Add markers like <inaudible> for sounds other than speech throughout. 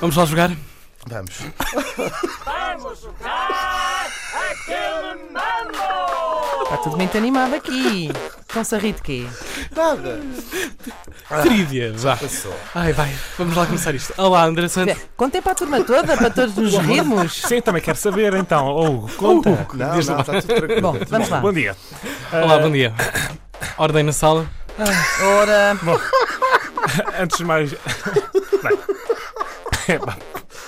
Vamos lá jogar? Vamos. Está Tá tudo muito animado aqui. Estão-se a rir de quê? Nada. Trídia, vá. Passou. Ai, vai, vamos lá começar isto. Olá, André Santos. Contem para a turma toda, para todos nos rirmos. Sim, também quero saber então. Hugo, conta. Não, não, está tudo tranquilo. Bom, vamos lá. Bom dia. Olá, bom dia. Ordem na sala. Ora, Antes de mais. Bem. É, pá,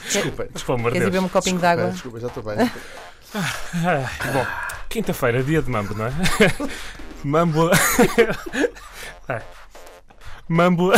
Desculpem. mas, pelo amor de queres beber Deus. um copinho de água? Desculpa, já estou bem. Ah, bom, quinta-feira, dia de mambo, não é? Mambo. Ah, Mambo.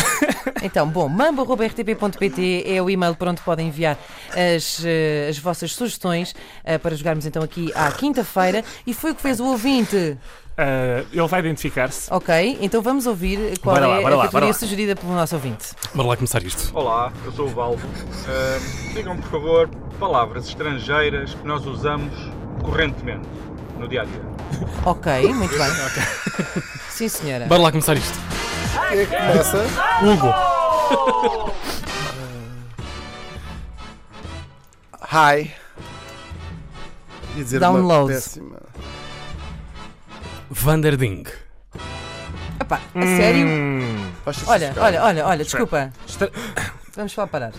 Então, bom, mambo.rtp.pt é o e-mail para onde podem enviar as, eh, as vossas sugestões eh, para jogarmos então aqui à quinta-feira. E foi o que fez o ouvinte. Ah, ele vai identificar-se. Ok, então vamos ouvir qual Bora lá, é bora a lá, bora categoria lá. sugerida pelo nosso ouvinte. Vamos lá começar isto. Olá, eu sou o Valvo. Ahm, digam por favor palavras estrangeiras que nós usamos correntemente no dia a dia. Ok, muito <laughs> bem. Sim, senhora. Bora lá começar isto. Quem é que começa? Hugo. Hi. Ia dizer uma Download. péssima. Vanderding. Epá, a sério? Hum, Faz-te Olha, assustar. olha, olha, olha, desculpa. estra- Vamos lá parar.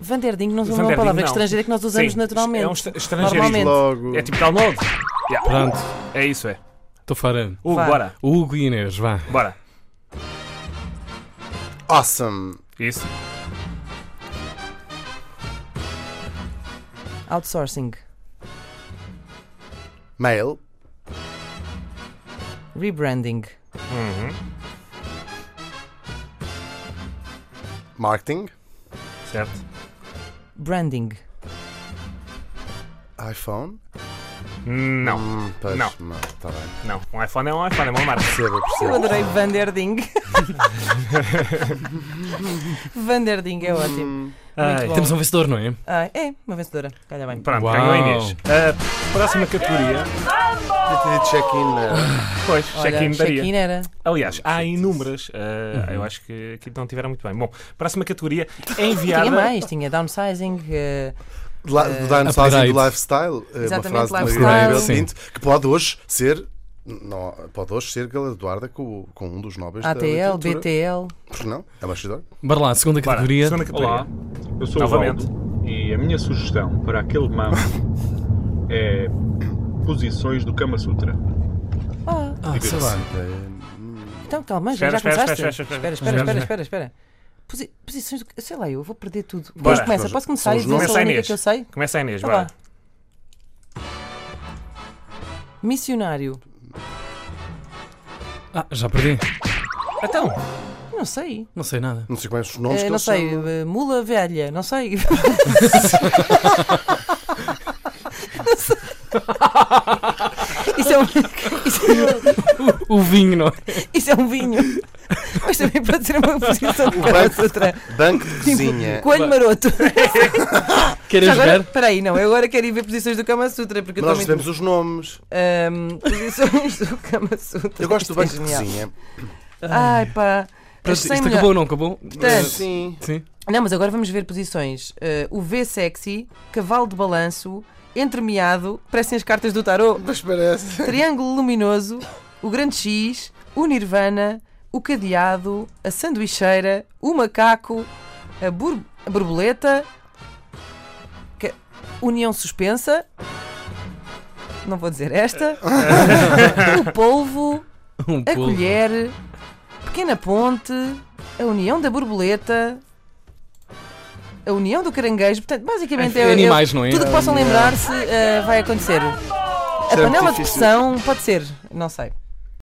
Vanderding não é Van uma der Ding, palavra não. estrangeira que nós usamos Sim, naturalmente. É um estra- estrangeirismo. Normalmente. Logo. É tipo download. Yeah, Pronto, é isso, é. estou fora. Hugo, Vá. bora. Hugo e Inês, vá. Bora. Awesome. Isso. Outsourcing. Mail. Rebranding. Marketing. Certo. Branding. iPhone. Não. Hum, pois, Não. não. Está bem. Não, um iPhone é um iPhone, é uma marca. Percebo, Eu percebo. adorei Vanderding. <laughs> Vanderding é ótimo. Ai, bom. Temos um vencedor, não é? Ah, é, uma vencedora. Calha bem. Pronto, Uau. ganhou a Inês. Ah, próxima categoria. Devia ter dito check-in. né? Pois, Olha, check-in daria. check-in era. Aliás, há inúmeras. Uhum. ah, Eu acho que aqui não tiveram muito bem. Bom, próxima categoria é enviada. Tinha mais, tinha downsizing. eh, De lá- Do downsizing upgrade. do lifestyle. é Uma frase Exatamente, de Maria lifestyle. Isabel Sim. Pinto, que pode hoje ser. Não, pode hoje ser Gala Eduarda com, com um dos nobres da ATL, literatura. BTL. Por que não? É Embaixador? Bora lá, segunda Bora, categoria. segunda categoria. Olá, eu sou Novamente. o Valdo e a minha sugestão para aquele mambo é posições do Kama Sutra. Ah, Ah, sei lá. é. então calma, já, Espera, já espera, começaste? espera, espera, espera, espera, espera, espera, espera, espera. Posi- Posições do. Sei lá, eu vou perder tudo. Bora. Mas começa, Mas posso são começar e os dizer nomes. só a Começa a única Inês. que eu sei? Então Começa a Inês, Vá lá. bora. Missionário. Ah, já perdi. Então, Não sei. Não sei nada. Não sei quais os nomes Eh, que não eles sei, chamam. eh, mula velha, não sei. <laughs> isso, é um, isso, é O vinho, não. um- isso é um vinho. Mas também pode ser uma posição de <laughs> cara banco- outra. Banco de cozinha. Coelho maroto. Queres Já agora, jogar? espera aí, não, eu agora quero ir ver posições do Kama Sutra, porque Mas eu nós também. ehm, recebemos os nomes. <laughs> posições do Kama Sutra. Eu gosto do Isto é banco de genial. cozinha. Ai pá. Pronto, As isto 100 acabou, não acabou? Portanto, Sim. Sim. Não, mas agora vamos ver posições. Eh, o V sexy, cavalo de balanço, entremeado, parecem as cartas do tarot, Mas parece. triângulo luminoso, o grande X, o nirvana, o cadeado, a sanduicheira, o macaco, a, bur a borboleta, ca- união suspensa, não vou dizer esta, o polvo, Um a pulo. colher, Pequena Ponte, a União da Borboleta, a União do Caranguejo. Portanto, basicamente é, é- Animais, não é? tudo o que possam lembrar-se eh, vai acontecer. A Será muito panela de difícil. pressão pode ser, não sei.